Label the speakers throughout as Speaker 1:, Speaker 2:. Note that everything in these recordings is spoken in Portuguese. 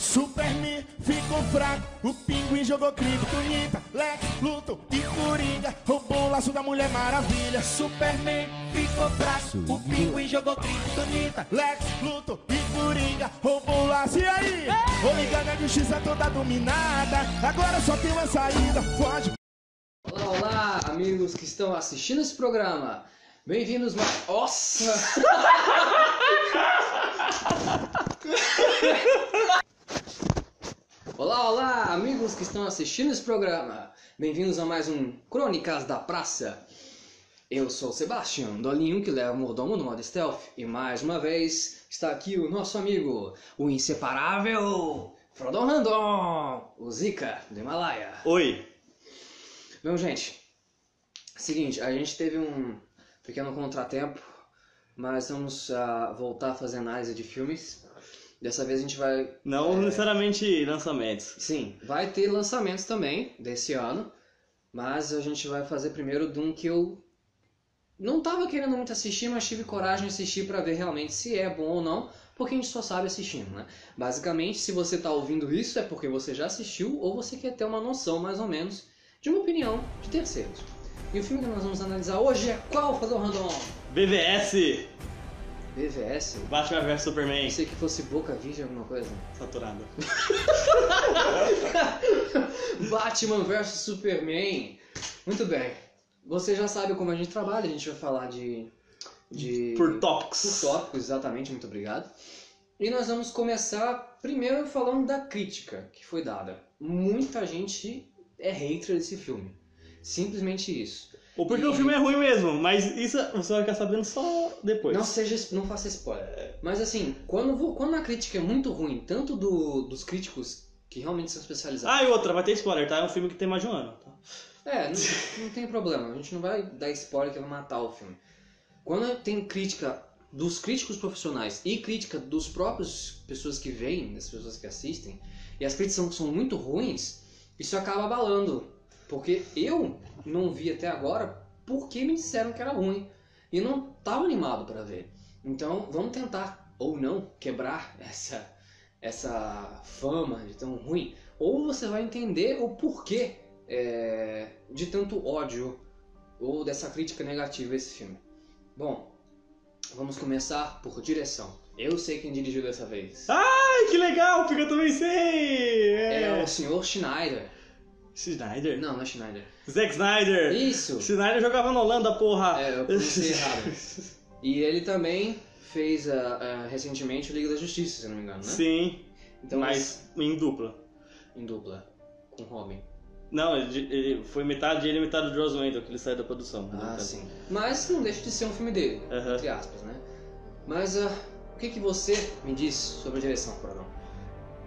Speaker 1: Superman ficou fraco, o pinguim jogou criptonita. Lex, Luthor e Coringa roubou o laço da Mulher Maravilha.
Speaker 2: Superman ficou fraco, o pinguim jogou criptonita.
Speaker 1: Lex, Luthor e Coringa roubou o laço. E aí? Vou ligando a justiça toda dominada. Agora só tem uma saída, foge.
Speaker 3: Olá, olá, amigos que estão assistindo esse programa. Bem-vindos mais. Nossa! olá, olá, amigos que estão assistindo esse programa. Bem-vindos a mais um Crônicas da Praça. Eu sou o Sebastião, dolinho que leva o mordomo no modo stealth. E mais uma vez está aqui o nosso amigo, o inseparável Frodon Randon, o Zika do Himalaia.
Speaker 4: Oi,
Speaker 3: Bom, gente, seguinte, a gente teve um pequeno contratempo, mas vamos ah, voltar a fazer análise de filmes. Dessa vez a gente vai.
Speaker 4: não necessariamente lançamentos.
Speaker 3: Sim, vai ter lançamentos também desse ano, mas a gente vai fazer primeiro de um que eu não tava querendo muito assistir, mas tive coragem de assistir pra ver realmente se é bom ou não, porque a gente só sabe assistindo, né? Basicamente, se você tá ouvindo isso é porque você já assistiu ou você quer ter uma noção mais ou menos de uma opinião de terceiros. E o filme que nós vamos analisar hoje é qual, Fador Random?
Speaker 4: BVS,
Speaker 3: BVS?
Speaker 4: Batman vs Superman,
Speaker 3: Pensei que fosse Boca Virgem alguma coisa.
Speaker 4: saturado.
Speaker 3: Batman vs Superman. Muito bem. Você já sabe como a gente trabalha, a gente vai falar de. de
Speaker 4: Por tópicos.
Speaker 3: por tópicos, exatamente, muito obrigado. E nós vamos começar primeiro falando da crítica que foi dada. Muita gente é hater desse filme. Simplesmente isso.
Speaker 4: Ou porque o filme é ruim mesmo, mas isso você vai ficar sabendo só depois.
Speaker 3: Não seja, não faça spoiler. Mas assim, quando, vo- quando a crítica é muito ruim, tanto do- dos críticos que realmente são especializados.
Speaker 4: Ah, e outra, vai ter spoiler, tá? É um filme que tem mais de um ano. Tá?
Speaker 3: É, não, não tem problema. A gente não vai dar spoiler que vai matar o filme. Quando tem crítica dos críticos profissionais e crítica dos próprios pessoas que veem, das pessoas que assistem, e as críticas são, são muito ruins, isso acaba abalando. Porque eu não vi até agora porque me disseram que era ruim. E não estava animado para ver. Então vamos tentar, ou não, quebrar essa, essa fama de tão ruim. Ou você vai entender o porquê é, de tanto ódio ou dessa crítica negativa a esse filme. Bom, vamos começar por direção. Eu sei quem dirigiu dessa vez.
Speaker 4: Ai, que legal, porque eu também sei!
Speaker 3: Ah, É o senhor Schneider.
Speaker 4: Schneider?
Speaker 3: Não, não é Schneider.
Speaker 4: Zack Snyder!
Speaker 3: Isso!
Speaker 4: Schneider jogava na Holanda, porra!
Speaker 3: É, eu pensei errado. E ele também fez ah, ah, recentemente o Liga da Justiça, se não me engano, né?
Speaker 4: Sim,
Speaker 3: Então,
Speaker 4: mas em dupla.
Speaker 3: Em dupla. Com Robin.
Speaker 4: Não, ele, ele- foi metade ele e metade do Joss Whedon que ele saiu da produção. né?
Speaker 3: Ah, sim. Mas não deixa de ser um filme dele,
Speaker 4: Aham.
Speaker 3: entre aspas, né? Mas ah, o que, que você me diz sobre a direção, Coronel?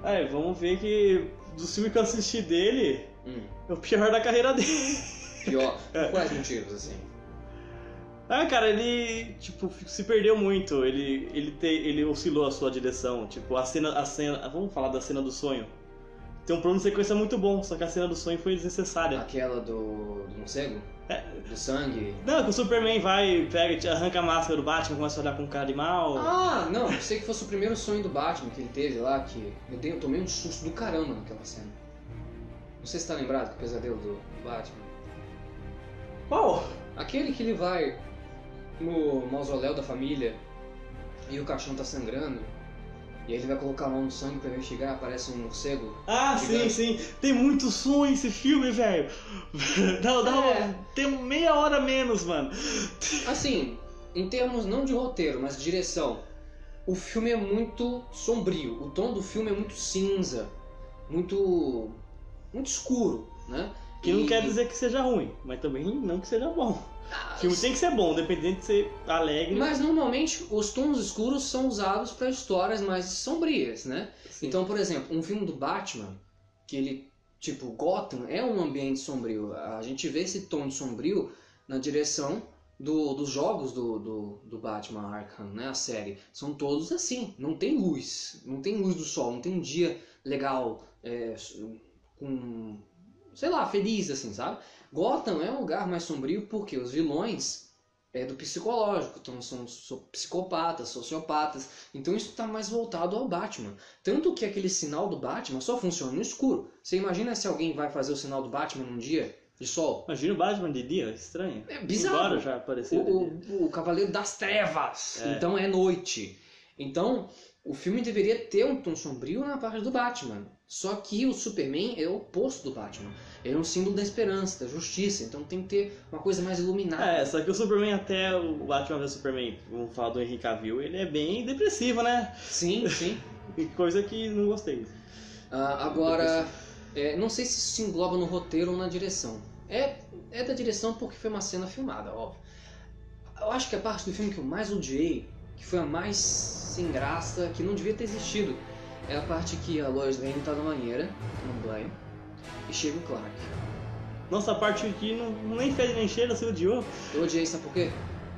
Speaker 4: Aí, É, vamos ver que do filme que eu assisti dele,
Speaker 3: Hum.
Speaker 4: é o pior da carreira dele.
Speaker 3: Pior. Por quais motivos, assim?
Speaker 4: Ah, cara, ele, tipo, se perdeu muito. Ele, ele, te, ele oscilou a sua direção. Tipo, a cena, a cena... Vamos falar da cena do sonho. Tem um plano de sequência muito bom, só que a cena do sonho foi desnecessária.
Speaker 3: Aquela do, do morcego?
Speaker 4: É.
Speaker 3: Do sangue?
Speaker 4: Não, que o Superman vai, pega, arranca a máscara do Batman, começa a olhar com um cara de mal.
Speaker 3: Ah, não, eu sei que fosse o primeiro sonho do Batman que ele teve lá, que eu, dei- eu tomei um susto do caramba naquela cena. Não sei se tá lembrado do pesadelo do Batman.
Speaker 4: Qual?
Speaker 3: Aquele que ele vai no mausoléu da família e o caixão tá sangrando, e aí ele vai colocar a mão no sangue pra investigar, aparece um morcego.
Speaker 4: Ah, sim,
Speaker 3: Gigante.
Speaker 4: sim. Tem muito sonho esse filme, velho. Dá, dá uma-
Speaker 3: É.
Speaker 4: Tem um meia hora a menos, mano.
Speaker 3: Assim, em termos não de roteiro, mas de direção, o filme é muito sombrio. O tom do filme é muito cinza, muito muito escuro, né?
Speaker 4: Que não
Speaker 3: E-
Speaker 4: quer dizer que seja ruim, mas também não que seja bom.
Speaker 3: Ah,
Speaker 4: O filme tem que ser bom, independente de ser alegre.
Speaker 3: Mas normalmente os tons escuros são usados para histórias mais sombrias, né?
Speaker 4: Sim.
Speaker 3: Então, por exemplo, um filme do Batman, que ele, tipo, Gotham é um ambiente sombrio. A gente vê esse tom de sombrio na direção do- dos jogos do, do, do Batman Arkham, né? A série. São todos assim. Não tem luz. Não tem luz do sol. Não tem um dia legal é, com. sei lá, feliz, assim, sabe? Gotham é um lugar mais sombrio porque os vilões é do psicológico, então são, so- psicopatas, sociopatas. Então isso tá mais voltado ao Batman. Tanto que aquele sinal do Batman só funciona no escuro. Você imagina se alguém vai fazer o sinal do Batman num dia de sol?
Speaker 4: Imagina o Batman de dia, estranho.
Speaker 3: É bizarro.
Speaker 4: Embora já apareceu de
Speaker 3: O,
Speaker 4: dia.
Speaker 3: o, o Cavaleiro das Trevas.
Speaker 4: É.
Speaker 3: Então é noite. Então, o filme deveria ter um tom sombrio na parte do Batman. Só que o Superman é o oposto do Batman. Ele é um símbolo da esperança, da justiça. Então tem que ter uma coisa mais iluminada.
Speaker 4: É, só que o Superman até o Batman vs Superman, vamos falar do Henry Cavill, ele é bem depressivo, né?
Speaker 3: Sim, sim.
Speaker 4: Coisa que não gostei.
Speaker 3: Ah, agora, é, não sei se isso se engloba no roteiro ou na direção. É, é da direção porque foi uma cena filmada, óbvio. Eu acho que a parte do filme que eu mais odiei, que foi a mais sem graça, que não devia ter existido, é a parte que a Lois Lane tá na banheira, num banho, e chega o Clark.
Speaker 4: Nossa, a parte aqui não, nem fez nem cheira, se odiou.
Speaker 3: Eu odiei, sabe por quê?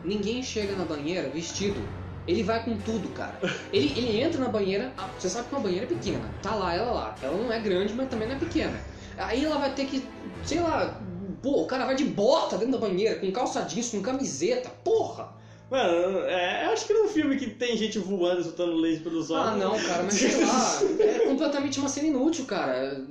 Speaker 3: Ninguém chega na banheira vestido. Ele vai com tudo, cara. Ele, ele entra na banheira, ah, você sabe que uma banheira é pequena. Tá lá, ela lá. Ela não é grande, mas também não é pequena. Aí ela vai ter que, sei lá, pô, o cara vai de bota dentro da banheira, com calça jeans, com camiseta, porra!
Speaker 4: Mano, é, eu acho que num filme que tem gente voando, soltando laser pelos olhos.
Speaker 3: Ah, não, cara, mas sei lá, é completamente uma cena inútil, cara.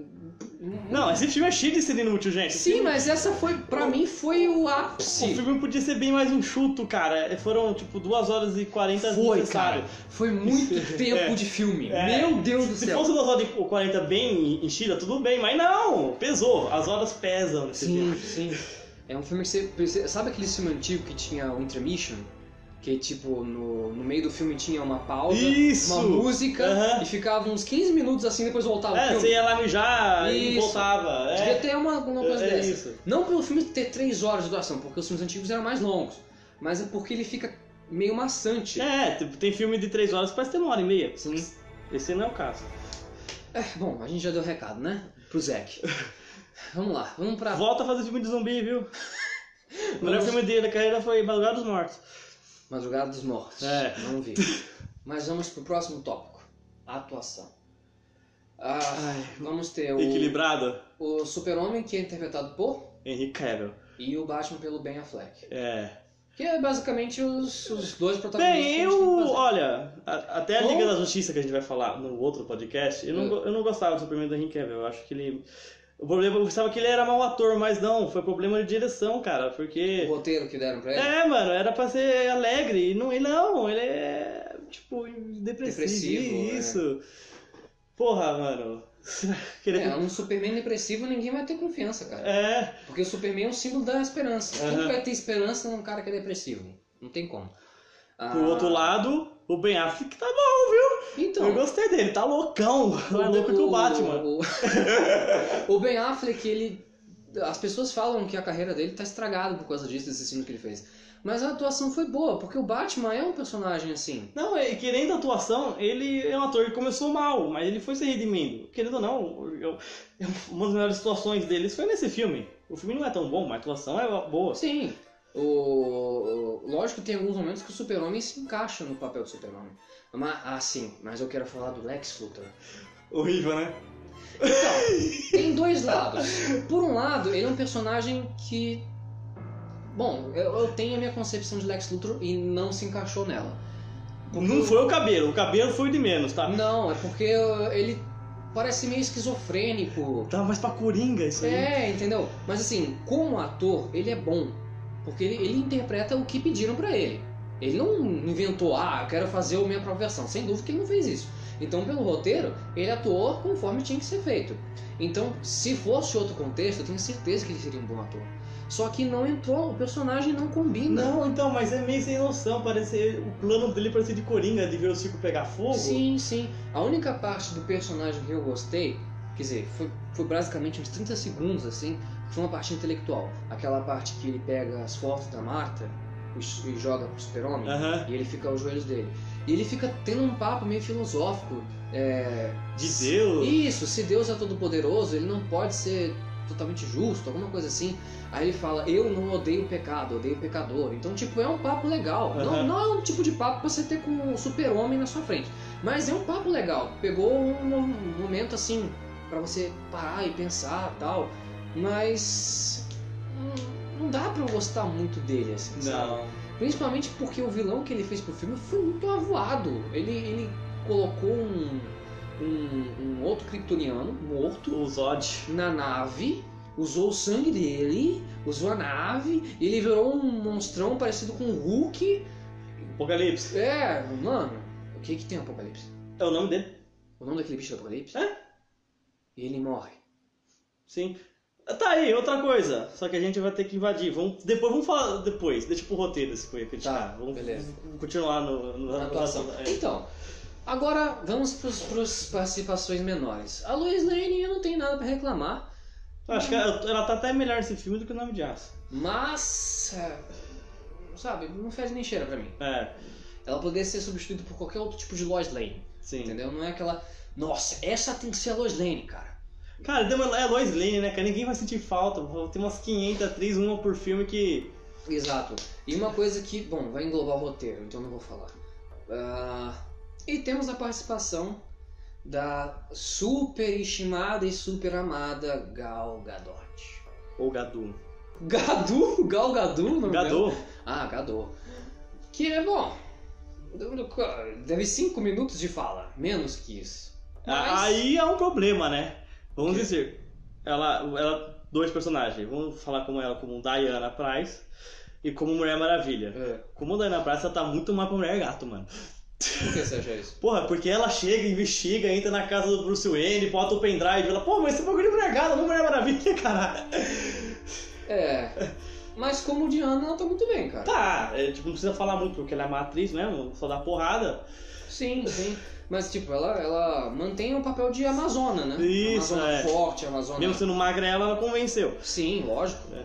Speaker 4: Não, esse filme é cheio de cena inútil, gente. Esse
Speaker 3: Sim,
Speaker 4: filme-
Speaker 3: mas essa foi, pra mim, foi o
Speaker 4: O
Speaker 3: ápice.
Speaker 4: filme podia ser bem mais um chuto, cara. É, Foram, tipo, 2 horas e 40
Speaker 3: Foi,
Speaker 4: desnecessário.
Speaker 3: cara. Foi muito tempo de filme.
Speaker 4: É.
Speaker 3: Meu Deus do
Speaker 4: Se
Speaker 3: céu.
Speaker 4: fosse 2 horas e 40 bem enchida, tudo bem, mas não! Pesou. As horas pesam nesse
Speaker 3: Sim,
Speaker 4: filme.
Speaker 3: sim. É um filme que você. precisa- Sabe aquele filme antigo que tinha o intermission? Que tipo, no, no meio do filme tinha uma pausa,
Speaker 4: Isso!
Speaker 3: uma música,
Speaker 4: Aham.
Speaker 3: e ficava uns 15 minutos assim, depois voltava o
Speaker 4: É,
Speaker 3: filme.
Speaker 4: você ia lá mijar e
Speaker 3: Isso.
Speaker 4: voltava.
Speaker 3: Devia
Speaker 4: É,
Speaker 3: ter uma, alguma coisa
Speaker 4: é
Speaker 3: dessa.
Speaker 4: isso.
Speaker 3: Não pelo filme ter 3 horas de duração, porque os filmes antigos eram mais longos, mas é porque ele fica meio maçante.
Speaker 4: É, tipo, tem filme de 3 horas que parece ter uma hora e meia.
Speaker 3: Sim.
Speaker 4: Esse não é o caso.
Speaker 3: É, bom, a gente já deu o recado, né? Pro Zack. vamos lá, vamos pra.
Speaker 4: Volta a fazer filme de zumbi, viu? O melhor
Speaker 3: Vamos-
Speaker 4: filme dele da carreira foi Madrugada dos Mortos.
Speaker 3: Madrugada dos Mortos.
Speaker 4: É.
Speaker 3: Não vi. Mas vamos pro próximo tópico: atuação. Ah, vamos ter o,
Speaker 4: Equilibrado.
Speaker 3: o Super-Homem, que é interpretado por,
Speaker 4: Henry Cavill.
Speaker 3: e o Batman pelo Ben Affleck.
Speaker 4: É.
Speaker 3: Que é basicamente os, os dois protagonistas.
Speaker 4: Bem,
Speaker 3: que a gente tem que
Speaker 4: eu.
Speaker 3: fazer.
Speaker 4: Olha, a- até a
Speaker 3: Bom. É.
Speaker 4: Liga da Justiça que a gente vai falar no outro podcast, eu não, go- eu não gostava do Superman do Henry Cavill. Eu acho que ele. O problema, eu pensava que ele era mau ator, mas não, foi problema de direção, cara, porque.
Speaker 3: O roteiro que deram pra ele.
Speaker 4: É, mano, era pra ser alegre, e não, e não ele é, tipo, depressivo,
Speaker 3: Depressivo,
Speaker 4: isso. Porra, mano.
Speaker 3: É,
Speaker 4: Querer...
Speaker 3: um Superman depressivo ninguém vai ter confiança, cara.
Speaker 4: É,
Speaker 3: Porque o Superman é um símbolo da esperança.
Speaker 4: Aham.
Speaker 3: Quem vai ter esperança num cara que é depressivo? Não tem como. Ah,
Speaker 4: Por outro lado, o Ben Affleck tá bom, viu?
Speaker 3: então,
Speaker 4: Eu gostei dele, tá loucão, mais louco que o Batman.
Speaker 3: O, o Ben Affleck, ele. As pessoas falam que a carreira dele tá estragada por causa disso, desse filme que ele fez. Mas a atuação foi boa, porque o Batman é um personagem assim.
Speaker 4: Não, e querendo a atuação, ele é um ator que começou mal, mas ele foi se redimindo. Querendo ou não, eu- eu- uma das melhores situações deles foi nesse filme. O filme não é tão bom, mas a atuação é boa.
Speaker 3: Sim. O... Lógico que tem alguns momentos que o super-homem se encaixa no papel do super-homem. Mas, ah, sim, mas eu quero falar do Lex Luthor.
Speaker 4: Horrível, né?
Speaker 3: Então, tem dois lados. Por um lado, ele é um personagem que. Bom, eu, eu tenho a minha concepção de Lex Luthor e não se encaixou nela.
Speaker 4: Não foi o cabelo, o cabelo foi o de menos, tá?
Speaker 3: Não, é porque uh, ele parece meio esquizofrênico.
Speaker 4: Tá mais pra coringa isso aí.
Speaker 3: É, entendeu? Mas assim, como ator, ele é bom. Porque ele, ele interpreta o que pediram pra ele. Ele não inventou, ah, eu quero fazer a minha própria versão. Sem dúvida que ele não fez isso. Então, pelo roteiro, ele atuou conforme tinha que ser feito. Então, se fosse outro contexto, eu tenho certeza que ele seria um bom ator. Só que não entrou, o personagem não combina.
Speaker 4: Não, então, mas é meio sem noção. Parece, o plano dele parecia de coringa, de ver o circo pegar fogo.
Speaker 3: Sim, sim. A única parte do personagem que eu gostei, quer dizer, foi, foi basicamente uns 30 segundos, assim, que foi uma parte intelectual. Aquela parte que ele pega as fotos da Marta os- e joga pro super-homem,
Speaker 4: Aham.
Speaker 3: e ele fica aos joelhos dele. E ele fica tendo um papo meio filosófico. É...
Speaker 4: De Deus.
Speaker 3: Isso, se Deus é todo poderoso, ele não pode ser totalmente justo, alguma coisa assim. Aí ele fala, eu não odeio o pecado, odeio o pecador. Então, tipo, é um papo legal. Não,
Speaker 4: Aham.
Speaker 3: não é um tipo de papo pra você ter com o super-homem na sua frente. Mas é um papo legal. Pegou um um momento assim pra você parar e pensar tal. Mas. hum, Não dá pra eu gostar muito dele, assim, sabe?
Speaker 4: Não.
Speaker 3: Principalmente porque o vilão que ele fez pro filme foi muito avoado. Ele, ele colocou um, um, um outro kryptoniano morto
Speaker 4: O Zod.
Speaker 3: na nave, usou o sangue dele, usou a nave, e ele virou um monstrão parecido com o Hulk.
Speaker 4: Apocalipse.
Speaker 3: É, mano, o que que tem o Apocalipse?
Speaker 4: É o nome dele?
Speaker 3: O nome daquele bicho do Apocalipse?
Speaker 4: É.
Speaker 3: E ele morre.
Speaker 4: Sim. Tá aí, outra coisa. Só que a gente vai ter que invadir. Vamos, depois vamos falar depois. Deixa pro roteiro se foi acreditar.
Speaker 3: Tá,
Speaker 4: vamos
Speaker 3: beleza.
Speaker 4: continuar no, no,
Speaker 3: Na atuação.
Speaker 4: no- é.
Speaker 3: Então, agora vamos para as participações menores. A Lois Lane eu não tenho nada pra reclamar,
Speaker 4: Acho que ela, ela tá até melhor nesse filme do que o nome de aço.
Speaker 3: mas. é, Sabe, não fez nem cheira pra mim.
Speaker 4: É,
Speaker 3: Ela poderia ser substituída por qualquer outro tipo de Lois Lane,
Speaker 4: sim.
Speaker 3: entendeu? Não é aquela. Nossa, essa tem que ser a Lois Lane, cara.
Speaker 4: Cara, deu uma- é Lois Lane, né, cara? Ninguém vai sentir falta. Tem umas 500 atriz, uma por filme que.
Speaker 3: Exato. E uma coisa que, bom, vai englobar o roteiro, então não vou falar. Ah, e temos a participação da superestimada e superamada Gal Gadot.
Speaker 4: Ou Gadu.
Speaker 3: Gadu? Gal Gadu? o nome dela?
Speaker 4: Gadu?
Speaker 3: Ah, Gadu. Que é bom. Deve cinco minutos de fala, menos que isso. Mas-
Speaker 4: Aí é um problema, né? Vamos dizer, ela, ela dois personagens. Vamos falar como ela, como Diana Price e como Mulher Maravilha.
Speaker 3: É,
Speaker 4: Como Diana Price, ela tá muito mais pra Mulher Gato, mano.
Speaker 3: por que você acha isso?
Speaker 4: Porra, porque ela chega, investiga, entra na casa do Bruce Wayne, bota o pendrive, ela, pô, mas esse bagulho é Mulher Gato, não é Mulher Maravilha, caralho.
Speaker 3: É. Mas como Diana, ela tá muito bem, cara.
Speaker 4: Tá, é, tipo, não precisa falar muito, porque ela é uma atriz mesmo, só dá porrada.
Speaker 3: Sim, sim. Mas, tipo, ela, ela mantém o papel de Amazona, né?
Speaker 4: Isso,
Speaker 3: Amazona
Speaker 4: é.
Speaker 3: forte, Amazona.
Speaker 4: Mesmo sendo magrela, ela convenceu.
Speaker 3: Sim, lógico.
Speaker 4: É.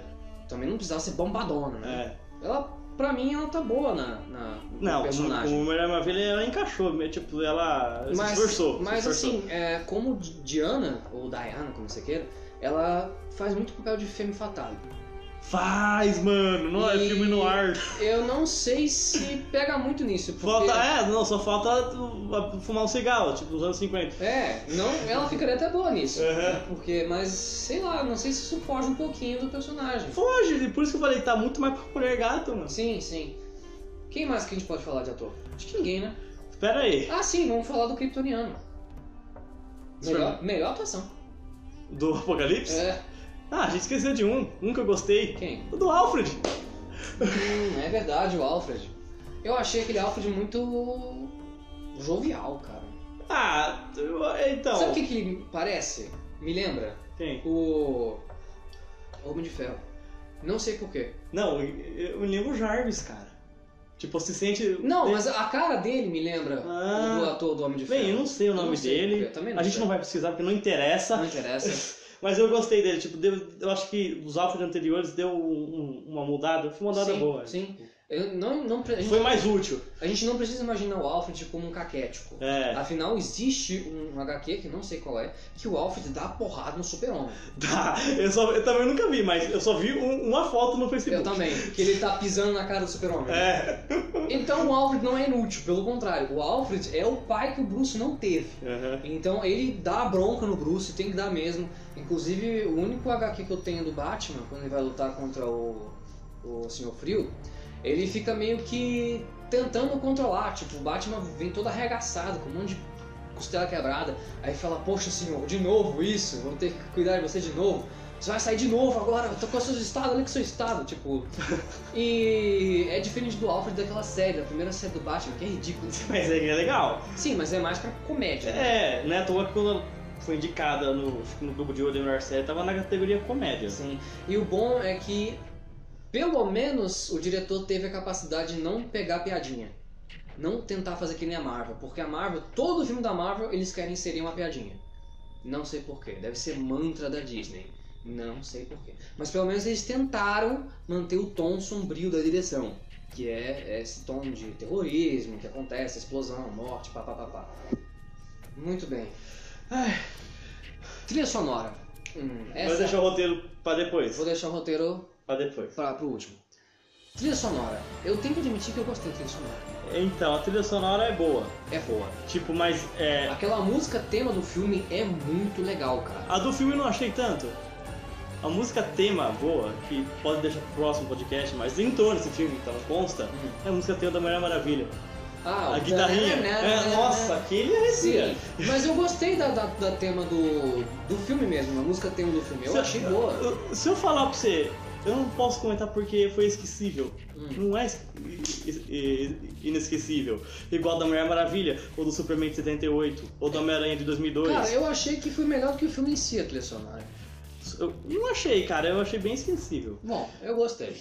Speaker 3: Também não precisava ser bombadona, né?
Speaker 4: É.
Speaker 3: Ela, pra mim, ela tá boa na, na no
Speaker 4: Não,
Speaker 3: personagem.
Speaker 4: o Mulher Maravilha, ela encaixou, meio, tipo, ela se esforçou. se
Speaker 3: mas
Speaker 4: esforçou.
Speaker 3: assim, é, como Di- Diana, ou Diana, como você queira, ela faz muito papel de femme fatale.
Speaker 4: Faz, mano! Não, é
Speaker 3: E-
Speaker 4: filme no ar.
Speaker 3: Eu não sei se pega muito nisso, porque...
Speaker 4: Falta, é, não, só falta tu- fumar um cigarro, tipo, nos anos 50.
Speaker 3: É, não, ela ficaria até boa nisso.
Speaker 4: Uhum.
Speaker 3: né? Porque, mas, sei lá, não sei se isso foge um pouquinho do personagem.
Speaker 4: Foge, por isso que eu falei, tá muito mais pra mulher gato, mano.
Speaker 3: Sim, sim. Quem mais que a gente pode falar de ator? Acho que ninguém, né?
Speaker 4: Espera aí.
Speaker 3: Ah, sim, vamos falar do Kryptoniano. Melhor, melhor atuação.
Speaker 4: Do Apocalipse?
Speaker 3: É,
Speaker 4: Ah, a gente esqueceu de um, um que eu gostei.
Speaker 3: quem?
Speaker 4: O do Alfred.
Speaker 3: Hum, é verdade, o Alfred. Eu achei aquele Alfred muito jovial, cara.
Speaker 4: Ah, eu- então.
Speaker 3: Sabe o que, que ele parece? Me lembra?
Speaker 4: Quem?
Speaker 3: O Homem de Ferro. Não sei porquê.
Speaker 4: Não, eu eu lembro o Jarvis, cara. Tipo, se sente.
Speaker 3: Não, mas a cara dele me lembra
Speaker 4: Ah.
Speaker 3: o do ator do Homem de Ferro.
Speaker 4: Bem, eu não sei o
Speaker 3: Eu
Speaker 4: nome
Speaker 3: não sei
Speaker 4: dele.
Speaker 3: porque eu também não
Speaker 4: a gente
Speaker 3: sei.
Speaker 4: não vai pesquisar porque não interessa.
Speaker 3: Não interessa.
Speaker 4: Mas eu gostei dele, tipo, deu- eu acho que os Alfred anteriores deu um- um- uma mudada, foi uma mudada
Speaker 3: sim,
Speaker 4: boa.
Speaker 3: Sim. Eu não, não, a gente
Speaker 4: Foi um- mais útil.
Speaker 3: A gente não precisa imaginar o Alfred como um caquético.
Speaker 4: É.
Speaker 3: Afinal, existe um HQ, que não sei qual é, que o Alfred dá porrada no super-homem.
Speaker 4: Tá, eu, só, eu também nunca vi, mas eu só vi um- uma foto no Facebook.
Speaker 3: Eu também. Que ele tá pisando na cara do super-homem.
Speaker 4: É.
Speaker 3: Então o Alfred não é inútil, pelo contrário. O Alfred é o pai que o Bruce não teve.
Speaker 4: Aham.
Speaker 3: Então ele dá a bronca no Bruce, tem que dar mesmo. Inclusive, o único HQ que eu tenho do Batman, quando ele vai lutar contra o, o Senhor Frio, ele fica meio que tentando controlar. Tipo, o Batman vem todo arregaçado, com um monte de costela quebrada. Aí fala: Poxa, senhor, de novo isso? Vou ter que cuidar de você de novo. Você vai sair de novo agora, tô com o seu estado, olha que seu estado, tipo. e é diferente do Alfred daquela série, da primeira série do Batman, que é ridículo.
Speaker 4: Mas é, que é legal.
Speaker 3: Sim, mas é mais pra comédia. né?
Speaker 4: É, né, à toa que quando foi indicada no, acho que no Globo de Ouro da melhor série, tava na categoria comédia.
Speaker 3: Sim. E o bom é que, pelo menos, o diretor teve a capacidade de não pegar piadinha. Não tentar fazer que nem a Marvel. Porque a Marvel, todo filme da Marvel, eles querem inserir uma piadinha. Não sei porquê. Deve ser mantra da Disney. Não sei porquê. Mas pelo menos eles tentaram manter o tom sombrio da direção. Que é esse tom de terrorismo que acontece, explosão, morte, papapá. Muito bem.
Speaker 4: Ai,
Speaker 3: Trilha sonora. Hum,
Speaker 4: Vou
Speaker 3: essa...
Speaker 4: deixar o roteiro pra depois.
Speaker 3: Vou deixar o roteiro
Speaker 4: Pra depois.
Speaker 3: pra, pro último. Trilha sonora. Eu tenho que admitir que eu gostei da trilha sonora.
Speaker 4: Então, a trilha sonora é boa.
Speaker 3: É boa.
Speaker 4: Tipo, mas é.
Speaker 3: Aquela música tema do filme é muito legal, cara.
Speaker 4: A do filme eu não achei tanto. A música tema boa, que pode deixar pro próximo podcast, mas entrou nesse filme, então consta, é a música tema da Mulher Maravilha.
Speaker 3: Uhum. Ah,
Speaker 4: A
Speaker 3: o-
Speaker 4: guitarrinha. É, nossa, aquele
Speaker 3: né, Sim,
Speaker 4: arrecia.
Speaker 3: mas eu gostei da, da, da tema do, do filme mesmo, a música tema do filme. Eu
Speaker 4: Se-
Speaker 3: achei boa.
Speaker 4: eu- Se eu falar pra você, eu não posso comentar porque foi esquecível.
Speaker 3: Hum.
Speaker 4: Não é es- i- i- inesquecível. Igual da Mulher Maravilha, ou do Superman de 78, ou do Homem-Aranha de 2002.
Speaker 3: Cara, eu achei que foi melhor do que o filme em si, a trilha sonora.
Speaker 4: Eu não achei, cara, eu achei bem esquecível.
Speaker 3: Bom, eu gostei.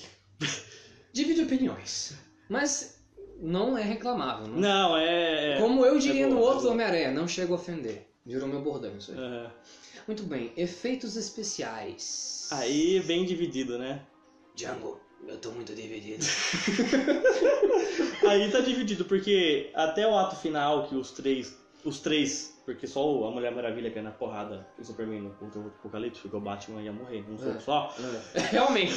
Speaker 3: Divide opiniões. Mas não é reclamável. Não.
Speaker 4: Não, é. é-
Speaker 3: Como eu diria
Speaker 4: é boa,
Speaker 3: no
Speaker 4: é
Speaker 3: outro
Speaker 4: boa.
Speaker 3: Homem-Aranha, não chego a ofender. Virou meu bordão isso aí.
Speaker 4: É.
Speaker 3: Muito bem, efeitos especiais.
Speaker 4: Aí vem dividido, né?
Speaker 3: Django, eu tô muito dividido.
Speaker 4: Aí tá dividido, porque até o ato final que os três. Os três, porque só a Mulher Maravilha que é na porrada, o Superman no contra o apocalipse, o Batman ia morrer, um soco
Speaker 3: É.
Speaker 4: só.
Speaker 3: Realmente.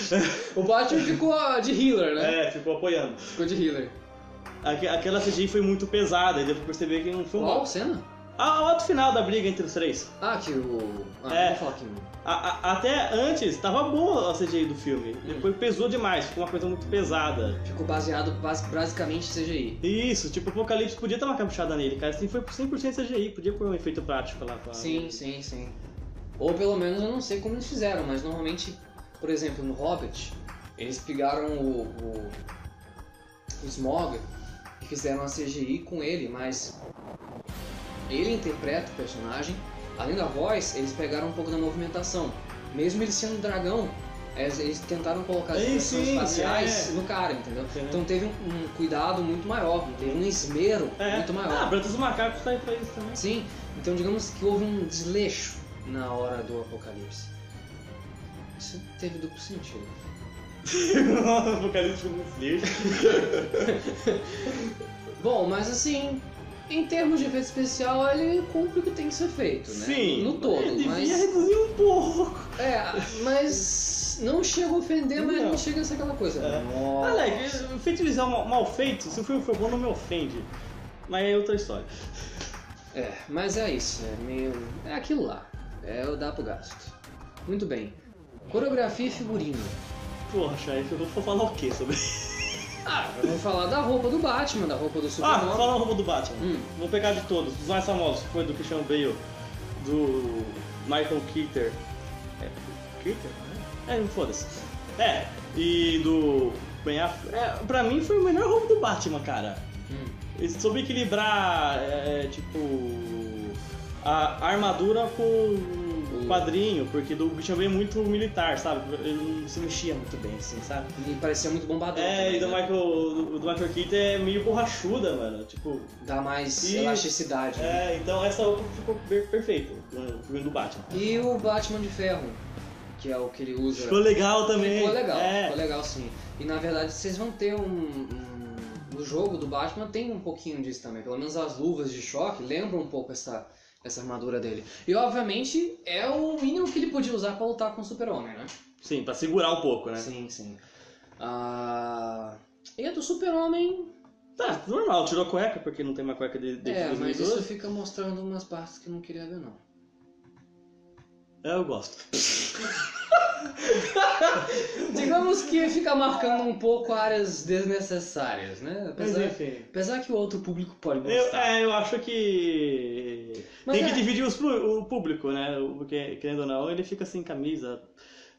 Speaker 3: O Batman ficou de healer, né?
Speaker 4: É, ficou apoiando.
Speaker 3: Ficou de healer.
Speaker 4: Aque- Aquela CGI foi muito pesada, e deu pra perceber que não foi um
Speaker 3: Qual
Speaker 4: mal.
Speaker 3: cena?
Speaker 4: Ah, o ato final da briga entre os três.
Speaker 3: Ah, que o. Ah, não
Speaker 4: É.
Speaker 3: vou falar que.
Speaker 4: A- a- até antes, tava boa a CGI do filme. Depois pesou demais, ficou uma coisa muito pesada.
Speaker 3: Ficou baseado bas- basicamente em CGI.
Speaker 4: Isso, tipo, o Apocalipse podia dar uma caprichada nele, cara. Assim, foi por 100% CGI, podia pôr um efeito prático lá. Pra...
Speaker 3: Sim, sim, sim. Ou pelo menos eu não sei como eles fizeram, mas normalmente, por exemplo, no Hobbit, eles pegaram o. o, o Smog e fizeram a CGI com ele, mas ele interpreta o personagem. Além da voz, eles pegaram um pouco da movimentação. Mesmo ele sendo um dragão, eles, eles tentaram colocar as
Speaker 4: Sim,
Speaker 3: expressões
Speaker 4: sim,
Speaker 3: faciais
Speaker 4: é.
Speaker 3: no cara, entendeu?
Speaker 4: Sim.
Speaker 3: Então teve um, um cuidado muito maior, teve um esmero
Speaker 4: É.
Speaker 3: muito maior.
Speaker 4: Ah, Branca dos Macacos tá aí pra isso também.
Speaker 3: Sim, então digamos que houve um desleixo na hora do apocalipse. Isso teve duplo sentido.
Speaker 4: o Apocalipse ficou muito lixo.
Speaker 3: Bom, mas assim, em termos de efeito especial, ele cumpre o que tem que ser feito, né?
Speaker 4: Sim.
Speaker 3: No todo,
Speaker 4: devia
Speaker 3: mas.
Speaker 4: reduzir um pouco.
Speaker 3: É, mas. Não chega a ofender, mas não,
Speaker 4: Não.
Speaker 3: chega a ser aquela coisa. né?
Speaker 4: É.
Speaker 3: Nossa.
Speaker 4: Alex, o efeito visual mal, mal feito, se o filme for bom, não me ofende. Mas é outra história.
Speaker 3: É, mas é isso, é meio. É aquilo lá. É o dá pro gasto. Muito bem. Coreografia e figurino.
Speaker 4: Poxa, aí eu vou falar o que sobre isso?
Speaker 3: Ah, vamos falar da roupa do Batman, da roupa do
Speaker 4: Ah,
Speaker 3: Superman.
Speaker 4: fala a roupa do Batman.
Speaker 3: Hum.
Speaker 4: Vou pegar de todos. Os mais famosos foi do Christian Bale, do Michael Keater. É, Keater? É, não foda-se. É, e do Ben Affleck. É, pra mim foi o melhor roupa do Batman, cara.
Speaker 3: Hum.
Speaker 4: Ele soube equilibrar, é, é, tipo, a armadura com o quadrinho, porque do Christian Bale é muito militar, sabe? Ele não se mexia muito bem, assim, sabe?
Speaker 3: E parecia muito bombadão.
Speaker 4: É,
Speaker 3: também,
Speaker 4: e do
Speaker 3: né?
Speaker 4: Michael, do, do Michael Keaton é meio borrachuda, mano. Tipo,
Speaker 3: Dá mais
Speaker 4: Isso.
Speaker 3: elasticidade. né?
Speaker 4: é, então essa roupa ficou per perfeita no filme do Batman.
Speaker 3: E o Batman de Ferro, que é o que ele usa.
Speaker 4: Ficou legal também.
Speaker 3: Ficou legal,
Speaker 4: É.
Speaker 3: ficou legal sim. E na verdade vocês vão ter um, um- O jogo do Batman tem um pouquinho disso também. Pelo menos as luvas de choque lembram um pouco essa, essa armadura dele. E obviamente é o mínimo que ele podia usar pra lutar com o Super-Homem, né?
Speaker 4: Sim, pra segurar um pouco, né?
Speaker 3: Sim, sim. Ah, E a do Super-Homem.
Speaker 4: Tá, normal, tirou a cueca, porque não tem mais cueca de, desde
Speaker 3: É, mas
Speaker 4: 2012.
Speaker 3: isso fica mostrando umas partes que eu não queria ver, não.
Speaker 4: É, eu gosto.
Speaker 3: Digamos que fica marcando um pouco áreas desnecessárias, né?
Speaker 4: Mas
Speaker 3: Apesar,
Speaker 4: enfim.
Speaker 3: apesar que o outro público pode
Speaker 4: Eu,
Speaker 3: gostar.
Speaker 4: é, eu acho que.
Speaker 3: Mas
Speaker 4: tem
Speaker 3: é-
Speaker 4: que dividir os pu- o público, né? O- Porque, querendo ou não, ele fica sem camisa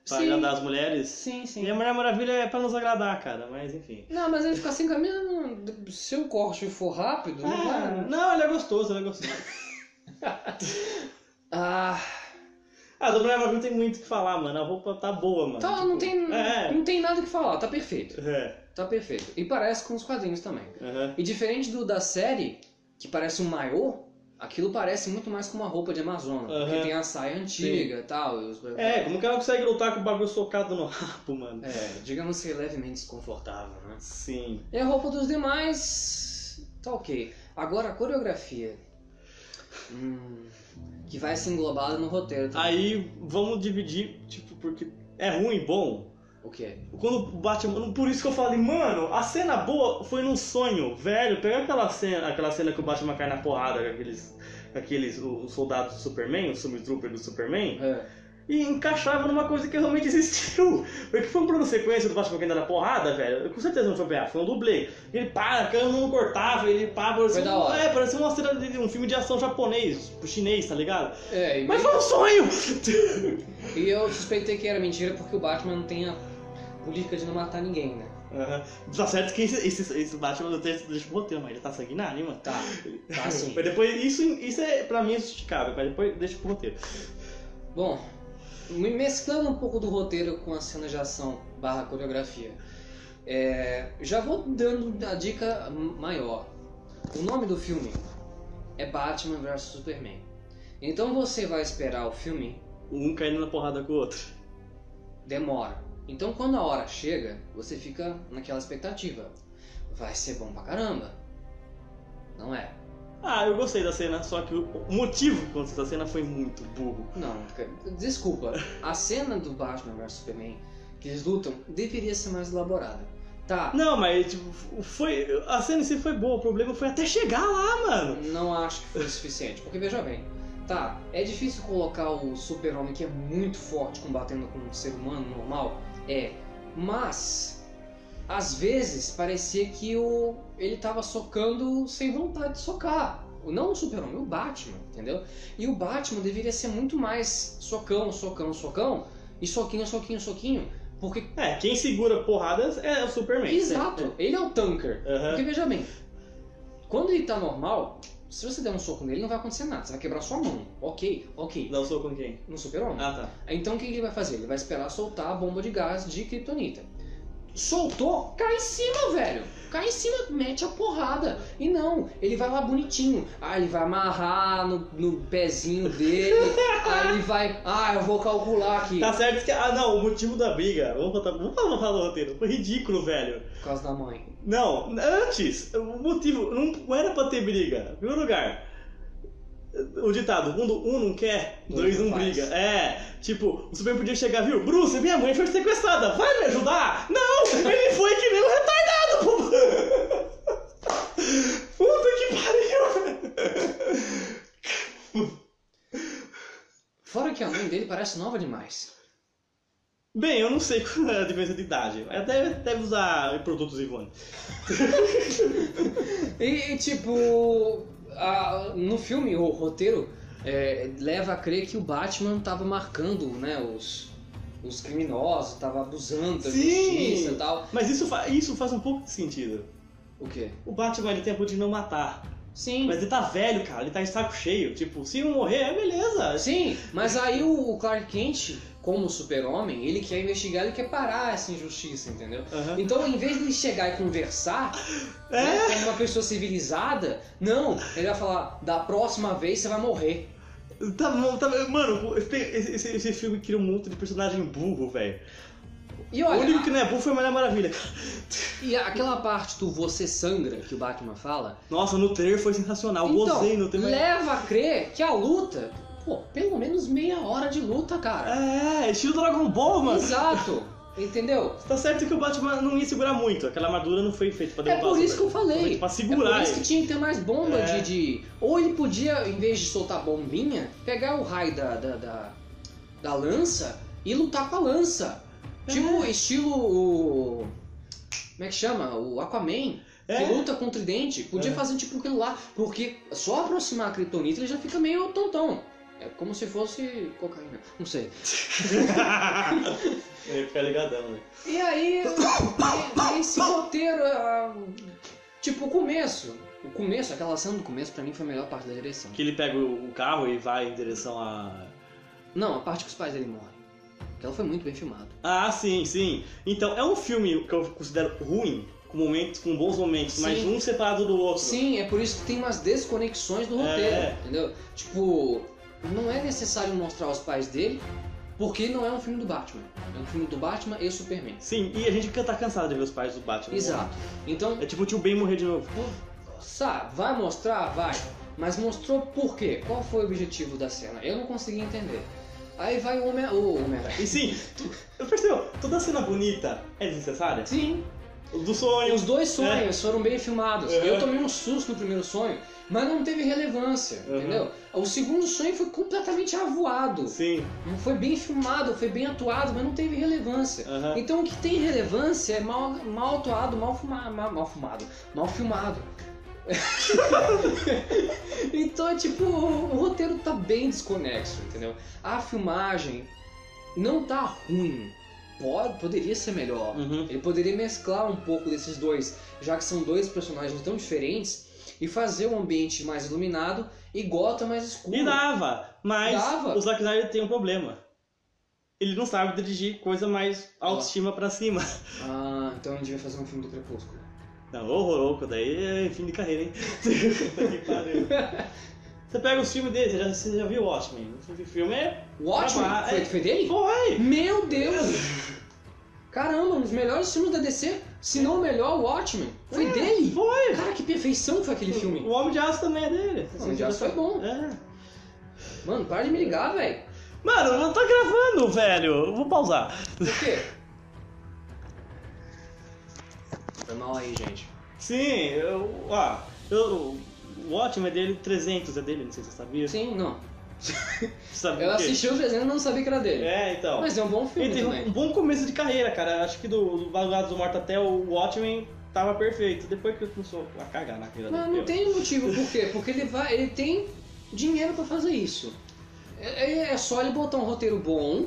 Speaker 4: pra
Speaker 3: Sim.
Speaker 4: agradar as mulheres.
Speaker 3: Sim, sim.
Speaker 4: E a Mulher Maravilha é pra nos agradar, cara, mas enfim.
Speaker 3: Não, mas ele fica assim caminhando. Se o corte for rápido, não
Speaker 4: Ah,
Speaker 3: vai. né?
Speaker 4: não, ele é gostoso, ele é gostoso.
Speaker 3: Ah,
Speaker 4: Ah, do Mulher Maravilha tem muito o que falar, mano. A roupa tá boa, mano.
Speaker 3: então
Speaker 4: Tipo,
Speaker 3: não tem,
Speaker 4: É,
Speaker 3: não tem nada que falar, tá perfeito.
Speaker 4: é.
Speaker 3: Tá perfeito. E parece com os quadrinhos também.
Speaker 4: aham.
Speaker 3: E diferente do da série, que parece um maiô, aquilo parece muito mais com uma roupa de Amazona.
Speaker 4: Aham.
Speaker 3: Porque tem a saia antiga e tal. e os-
Speaker 4: É, como que ela consegue lutar com o bagulho socado no rabo, mano?
Speaker 3: É, digamos que levemente desconfortável, né?
Speaker 4: Sim.
Speaker 3: E a roupa dos demais. Tá ok. Agora a coreografia. Hum, que vai ser englobada no roteiro. tá? também.
Speaker 4: Aí vamos dividir, tipo, porque é ruim, bom.
Speaker 3: O que?
Speaker 4: Quando o Batman. Por isso que eu falei, mano, a cena boa foi num sonho, velho. Pega aquela cena, aquela cena que o Batman cai na porrada com aqueles. com Aqueles, o- os soldados do Superman, o subtrooper do Superman,
Speaker 3: É.
Speaker 4: e encaixava numa coisa que realmente existiu. Porque foi um plano sequência do Batman Caindo na porrada, velho. Com certeza não foi PA, foi um dublê. Ele pá, a câmera não cortava, ele pá, parecia,
Speaker 3: da
Speaker 4: um-
Speaker 3: hora.
Speaker 4: é, parecia uma cena de de um filme de ação japonês, tipo chinês, tá ligado?
Speaker 3: É, e,
Speaker 4: Mas foi um sonho!
Speaker 3: e eu suspeitei que era mentira porque o Batman não tem a política de não matar ninguém, né?
Speaker 4: Aham. Tá certo que esse, esse, esse Batman do texto deixa o roteiro, mas ele tá sanguinário, hein, mano.
Speaker 3: Tá, tá assim.
Speaker 4: Mas depois, isso, isso é, pra mim é justificável, mas depois deixa pro roteiro.
Speaker 3: Bom, me mesclando um pouco do roteiro com a cena de ação barra coreografia, é, já vou dando a dica maior. O nome do filme é Batman vs Superman. Então você vai esperar o filme,
Speaker 4: Um caindo na porrada com o outro.
Speaker 3: demora. Então quando a hora chega, você fica naquela expectativa. Vai ser bom pra caramba. Não é?
Speaker 4: Ah, eu gostei da cena, só que o o motivo contra essa cena foi muito burro.
Speaker 3: Não, cara, desculpa. A cena do Batman vs Superman, que eles lutam, deveria ser mais elaborada. Tá,
Speaker 4: Não, mas tipo, foi. A cena em si foi boa, o problema foi até chegar lá, mano.
Speaker 3: Não acho que foi o suficiente, porque veja bem, tá, é difícil colocar o super-homem que é muito forte combatendo com um ser humano normal, é, mas às vezes parecia que o ele tava socando sem vontade de socar. Não o super-homem, o Batman, entendeu? E o Batman deveria ser muito mais socão, socão, socão, e soquinho, soquinho, soquinho, porque
Speaker 4: É, quem segura porradas é o Superman.
Speaker 3: Exato, ele é o tanker.
Speaker 4: Aham.
Speaker 3: Porque veja bem, quando ele tá normal, se você der um soco nele, não vai acontecer nada, você vai quebrar sua mão. Ok, ok.
Speaker 4: Dá um soco com quem?
Speaker 3: No super-homem.
Speaker 4: Ah, tá.
Speaker 3: Então o que ele vai fazer? Ele vai esperar soltar a bomba de gás de kryptonita. Soltou, cai em cima, velho. Cai em cima, mete a porrada. E não, ele vai lá bonitinho. Ah, ele vai amarrar no, no pezinho dele. aí ele vai. Ah, eu vou calcular aqui.
Speaker 4: Tá certo que. Ah, não, o motivo da briga. Vamos botar. Vamos falar vamos falar do roteiro. Foi ridículo, velho.
Speaker 3: Por causa da mãe.
Speaker 4: Não, antes, o motivo, não, não era pra ter briga. Em primeiro lugar, o ditado, um, do- um não quer, dois,
Speaker 3: Dois não
Speaker 4: não
Speaker 3: faz.
Speaker 4: briga. É, tipo, o Superman podia chegar, viu? Bruce, minha mãe foi sequestrada, vai me ajudar? Não, ele foi que nem um retardado, pô. Puta que pariu, velho.
Speaker 3: Fora que a mãe dele parece nova demais.
Speaker 4: Bem, eu não sei qual é a diferença de idade. Deve, deve usar produtos Ivone.
Speaker 3: E, e, tipo, a- no filme, o roteiro é, leva a crer que o Batman tava marcando, né, os, os criminosos, tava abusando da
Speaker 4: Sim!
Speaker 3: justiça e tal.
Speaker 4: Mas isso, fa- isso faz um pouco de sentido.
Speaker 3: O quê?
Speaker 4: O Batman ele tem a poder de não matar.
Speaker 3: Sim.
Speaker 4: Mas ele tá velho, cara, ele tá de saco cheio. Tipo, se não morrer, é beleza.
Speaker 3: Sim, mas aí o o Clark Kent, como super-homem, ele quer investigar, ele quer parar essa injustiça, entendeu?
Speaker 4: Aham.
Speaker 3: Então, em vez de ele chegar e conversar,
Speaker 4: É.
Speaker 3: né, como uma pessoa civilizada, não, ele vai falar, da próxima vez você vai morrer.
Speaker 4: Tá bom, tá bom. Mano, esse, esse- esse filme criou um monte de personagem burro, velho.
Speaker 3: E
Speaker 4: O
Speaker 3: olha,
Speaker 4: único que não é burro foi a Mulher Maravilha.
Speaker 3: E aquela parte do você sangra que o Batman fala.
Speaker 4: Nossa, no trailer foi sensacional. Eu
Speaker 3: então,
Speaker 4: gozei no trailer.
Speaker 3: leva a crer que a luta, pô, pelo menos meia hora de luta, cara.
Speaker 4: É, estilo Dragon Ball, mano.
Speaker 3: Exato. Entendeu?
Speaker 4: Tá certo que o Batman não ia segurar muito. Aquela armadura não foi feita pra
Speaker 3: É
Speaker 4: derrubar.
Speaker 3: por
Speaker 4: o
Speaker 3: isso que eu
Speaker 4: Superman.
Speaker 3: falei.
Speaker 4: Foi feita um Pra
Speaker 3: é
Speaker 4: segurar
Speaker 3: por isso que
Speaker 4: ele.
Speaker 3: tinha que ter mais bomba
Speaker 4: É.
Speaker 3: de, de- Ou ele podia, em vez de soltar bombinha, pegar o raio da, da, da, da lança e lutar com a lança. Tipo,
Speaker 4: É.
Speaker 3: estilo o. Como é que chama? O Aquaman.
Speaker 4: É.
Speaker 3: Que luta com o tridente. Podia
Speaker 4: É.
Speaker 3: fazer tipo aquilo lá. Porque só aproximar a Kryptonita ele já fica meio tontão. É como se fosse cocaína. Não sei.
Speaker 4: É. Ele fica ligadão, né?
Speaker 3: E aí, e- e esse roteiro, ah, tipo, o começo. O começo, aquela cena do começo, pra mim foi a melhor parte da direção.
Speaker 4: Que ele pega o carro e vai em direção a.
Speaker 3: Não, a parte que os pais dele morrem. Ela foi muito bem filmada.
Speaker 4: Ah, sim, sim. Então, é um filme que eu considero ruim, com momentos, com bons momentos, mas
Speaker 3: Sim.
Speaker 4: um separado do outro.
Speaker 3: Sim, é por isso que tem umas desconexões do roteiro,
Speaker 4: É.
Speaker 3: entendeu? Tipo, não é necessário mostrar os pais dele, porque não é um filme do Batman. É um filme do Batman e Superman.
Speaker 4: Sim, e a gente fica tá cansado de ver os pais do Batman.
Speaker 3: Exato. Então,
Speaker 4: É tipo o tio Ben morrer de novo.
Speaker 3: sabe, vai mostrar? Vai. Mas mostrou por quê? Qual foi o objetivo da cena? Eu não consegui entender. Aí vai o Homem... O Homem
Speaker 4: E sim, tu, eu percebo, toda cena bonita é desnecessária.
Speaker 3: Sim,
Speaker 4: Do sonho.
Speaker 3: Os dois sonhos foram bem filmados.
Speaker 4: Uhum.
Speaker 3: Eu tomei um susto no primeiro sonho, mas não teve relevância,
Speaker 4: Uhum.
Speaker 3: entendeu? O segundo sonho foi completamente avoado.
Speaker 4: Sim.
Speaker 3: Foi bem filmado, foi bem atuado, mas não teve relevância.
Speaker 4: Aham.
Speaker 3: Então o que tem relevância é mal, mal atuado, mal fumado, mal, mal fumado, mal filmado. então, tipo, o roteiro tá bem desconexo, entendeu? A filmagem não tá ruim. Pode, poderia ser melhor.
Speaker 4: Uhum.
Speaker 3: Ele poderia mesclar um pouco desses dois, já que são dois personagens tão diferentes, e fazer o ambiente mais iluminado e Gotham mais escuro.
Speaker 4: E dava, mas
Speaker 3: Dava.
Speaker 4: o Zack Snyder tem um problema. Ele não sabe dirigir coisa mais autoestima pra cima.
Speaker 3: Ah, então a gente vai fazer um filme do Crepúsculo.
Speaker 4: Não, ô Roroco, daí é fim de carreira, hein? Puta que pariu. Você pega os filmes dele, você já, você já viu Watchmen? Esse filme é.
Speaker 3: Watchmen?
Speaker 4: Ah,
Speaker 3: foi,
Speaker 4: é.
Speaker 3: foi dele?
Speaker 4: Foi!
Speaker 3: Meu Deus! Caramba, um dos melhores filmes da DC, se não o melhor, Watchmen. Foi dele?
Speaker 4: É. Foi!
Speaker 3: Cara, que perfeição foi aquele
Speaker 4: O
Speaker 3: filme.
Speaker 4: Homem de Aço também é dele.
Speaker 3: O Homem de Aço foi bom.
Speaker 4: É.
Speaker 3: Mano, para de me ligar, velho.
Speaker 4: Mano, eu não tô gravando, velho. Eu Vou pausar.
Speaker 3: Por quê? Foi mal aí, gente.
Speaker 4: Sim, eu. Ó, eu. O Watchmen é dele, 300 é dele, não sei se você sabia.
Speaker 3: Sim, não.
Speaker 4: Sabe
Speaker 3: Eu
Speaker 4: o quê?
Speaker 3: assisti o desenho e não sabia que era dele.
Speaker 4: É, então.
Speaker 3: Mas é um bom filme
Speaker 4: Ele teve
Speaker 3: também.
Speaker 4: um bom começo de carreira, cara. Acho que do, do Vagabundo do Morto até o Watchmen tava perfeito. Depois que começou a cagar na carreira
Speaker 3: Mas
Speaker 4: dele.
Speaker 3: não tem motivo por quê? Porque ele vai, ele tem dinheiro pra fazer isso. É, é- é só ele botar um roteiro bom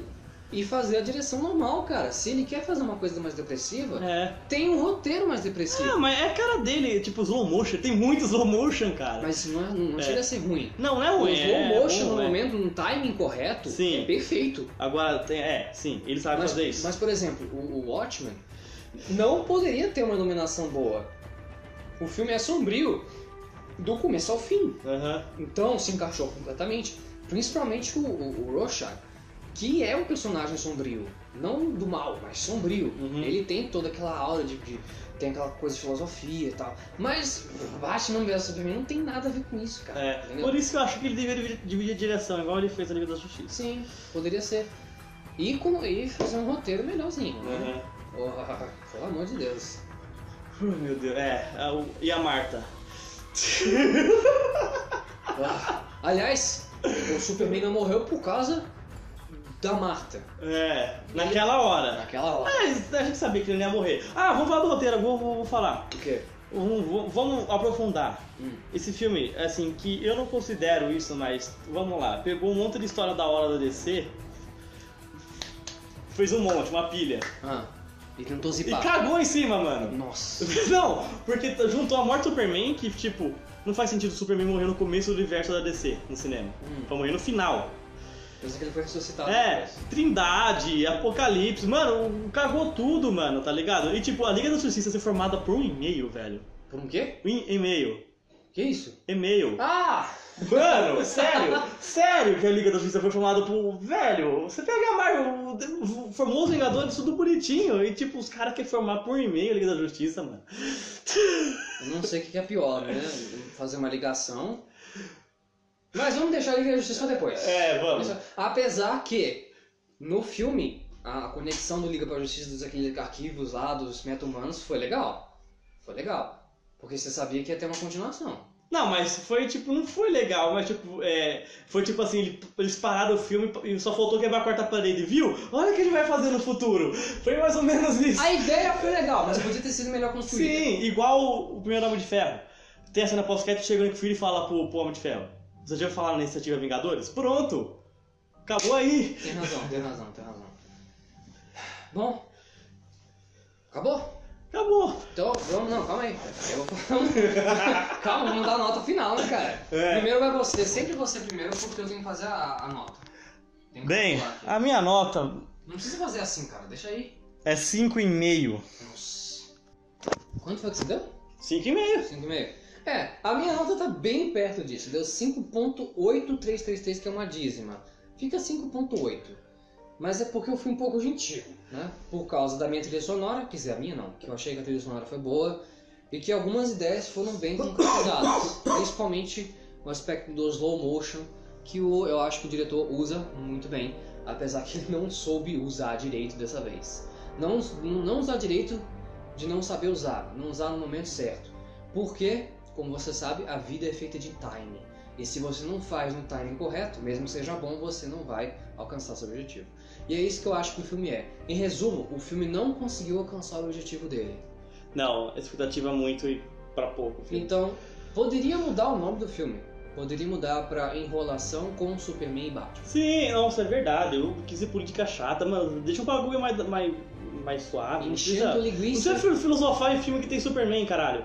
Speaker 3: e fazer a direção normal, cara. Se ele quer fazer uma coisa mais depressiva,
Speaker 4: É.
Speaker 3: tem um roteiro mais depressivo.
Speaker 4: Ah, mas é a cara dele, tipo, slow motion. Tem muito slow motion, cara.
Speaker 3: Mas não, é, não, não
Speaker 4: É.
Speaker 3: chega a ser ruim.
Speaker 4: Não, não é
Speaker 3: O
Speaker 4: ruim.
Speaker 3: slow
Speaker 4: é
Speaker 3: motion
Speaker 4: bom,
Speaker 3: no
Speaker 4: é.
Speaker 3: momento, num timing correto,
Speaker 4: Sim.
Speaker 3: é perfeito.
Speaker 4: Agora, tem, é, sim, ele sabe
Speaker 3: Mas,
Speaker 4: fazer isso.
Speaker 3: mas, por exemplo, o, o Watchmen não poderia ter uma iluminação boa. O filme é sombrio do começo ao fim.
Speaker 4: Aham.
Speaker 3: Então se encaixou completamente, principalmente o, o, o Rorschach, que é um personagem sombrio, não do mal, mas sombrio.
Speaker 4: Uhum.
Speaker 3: Ele tem toda aquela aura de, de- tem aquela coisa de filosofia e tal. Mas Batman vs Superman não tem nada a ver com isso, cara.
Speaker 4: É.
Speaker 3: entendeu?
Speaker 4: Por isso que eu acho que ele deveria dividir- dividir a direção, igual ele fez na Liga da Justiça.
Speaker 3: Sim, poderia ser. E, com, e fazer um roteiro melhorzinho. né?
Speaker 4: Aham.
Speaker 3: Oh, pelo amor de Deus.
Speaker 4: Uh, meu Deus, é. a- o- e a Marta?
Speaker 3: Ah, Aliás, o Superman não morreu por causa da Marta.
Speaker 4: É, naquela hora.
Speaker 3: Naquela hora.
Speaker 4: Mas a gente sabia que ele não ia morrer. Ah, vamos falar do roteiro, vou, vou, vou falar.
Speaker 3: O quê?
Speaker 4: Vamos, vamos- vamos aprofundar.
Speaker 3: Hum.
Speaker 4: Esse filme, assim, que eu não considero isso, mas vamos lá. Pegou um monte de história da hora da DC, fez um monte, uma pilha.
Speaker 3: Ah, e tentou
Speaker 4: E
Speaker 3: zipar.
Speaker 4: cagou em cima, mano.
Speaker 3: Nossa.
Speaker 4: Não, porque t- juntou a morte do Superman, que, tipo, não faz sentido o Superman morrer no começo do universo da DC, no cinema.
Speaker 3: Hum. Tá
Speaker 4: Pra morrer no final.
Speaker 3: Pensei que ele foi ressuscitado.
Speaker 4: É, Trindade, Apocalipse, mano, cagou tudo, mano, tá ligado? E tipo, a Liga da Justiça ser formada por um e-mail, velho.
Speaker 3: Por um quê?
Speaker 4: Um e-mail.
Speaker 3: Que isso?
Speaker 4: E-mail.
Speaker 3: Ah!
Speaker 4: Mano, sério? sério que a Liga da Justiça foi formada por. um Velho, você pega a Marvel, formou os Vingadores tudo bonitinho. E tipo, os caras querem formar por e-mail a Liga da Justiça, mano.
Speaker 3: Eu não sei o que que é pior, né? Fazer uma ligação. Mas vamos deixar a Liga da Justiça pra depois.
Speaker 4: É, vamos.
Speaker 3: Isso- Apesar que, no filme, a conexão do Liga pra Justiça dos aqueles arquivos lá, dos meta-humanos, foi legal. Foi legal. Porque você sabia que ia ter uma continuação.
Speaker 4: Não, mas foi tipo, não foi legal, mas tipo, é, foi tipo assim, ele- eles pararam o filme e só faltou quebrar a quarta parede, viu? Olha o que ele vai fazer no futuro. Foi mais ou menos isso.
Speaker 3: A ideia foi legal, mas podia ter sido melhor construída.
Speaker 4: Sim, igual o primeiro Homem de Ferro. Tem a cena pós-crédito, chega o Nick Fury e fala pro, pro Homem de Ferro. Vocês já falaram na iniciativa Vingadores? Pronto! Acabou aí!
Speaker 3: Tem razão, tem razão, tem razão. Bom. Acabou?
Speaker 4: Acabou!
Speaker 3: Então, vamos, não, calma aí. Eu vou falar. um- calma, vamos dar a nota final, né, cara?
Speaker 4: É.
Speaker 3: Primeiro vai você, sempre você primeiro, porque eu tenho que fazer a, a nota. Tenho que
Speaker 4: Bem,
Speaker 3: calcular aqui.
Speaker 4: a minha nota
Speaker 3: Não precisa fazer assim, cara, deixa aí.
Speaker 4: é 5,5.
Speaker 3: Nossa. Quanto foi que você deu?
Speaker 4: 5,5?
Speaker 3: 5,5? É, a minha nota tá bem perto disso. Deu 5.8333, que é uma dízima. Fica 5.8. Mas é porque eu fui um pouco gentil, né? Por causa da minha trilha sonora, quer dizer, a minha não, que eu achei que a trilha sonora foi boa e que algumas ideias foram bem concretizadas, principalmente o aspecto do slow motion, que o, eu acho que o diretor usa muito bem, apesar que ele não soube usar direito dessa vez. Não, não usar direito de não saber usar, não usar no momento certo. Porque, como você sabe, a vida é feita de timing. E se você não faz no timing correto, mesmo que seja bom, você não vai alcançar seu objetivo. E é isso que eu acho que o filme é. Em resumo, o filme não conseguiu alcançar o objetivo dele.
Speaker 4: Não, a expectativa é muito e pra pouco. filho.
Speaker 3: Então, poderia mudar o nome do filme. Poderia mudar pra Enrolação com Superman e Batman.
Speaker 4: Sim, nossa, é verdade. Eu quis ir política chata, mano. Deixa um bagulho mais, mais, mais suave. Não
Speaker 3: Enchendo
Speaker 4: Ah, precisa, não
Speaker 3: linguiça.
Speaker 4: precisa fil- filosofar em filme que tem Superman, caralho.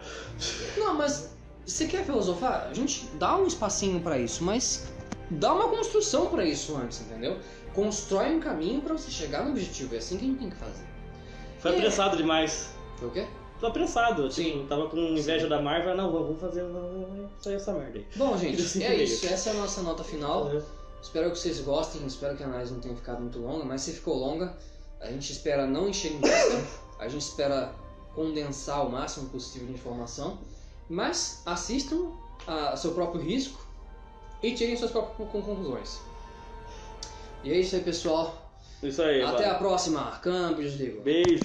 Speaker 3: Não, mas você quer filosofar? A gente dá um espacinho pra isso, mas dá uma construção pra isso antes, entendeu? Constrói um caminho pra você chegar no objetivo. É assim que a gente tem que fazer. Tá
Speaker 4: Foi
Speaker 3: É.
Speaker 4: apressado demais.
Speaker 3: Foi o quê?
Speaker 4: Tô apressado. Tipo,
Speaker 3: Sim.
Speaker 4: tava com inveja da Marvel. Não, vamos fazer vamos fazer essa merda aí.
Speaker 3: Bom, gente, é
Speaker 4: Sim.
Speaker 3: isso. Essa é a nossa nota final. Espero que vocês gostem. Espero que a análise não tenha ficado muito longa. Mas se ficou longa, a gente espera não encher linguiça. A gente espera condensar o máximo possível de informação. Mas assistam a seu próprio risco e tirem suas próprias con- conclusões. E é isso aí, pessoal.
Speaker 4: Isso aí,
Speaker 3: Até a
Speaker 4: valeu.
Speaker 3: próxima. Câmbio, desligo.
Speaker 4: Beijo.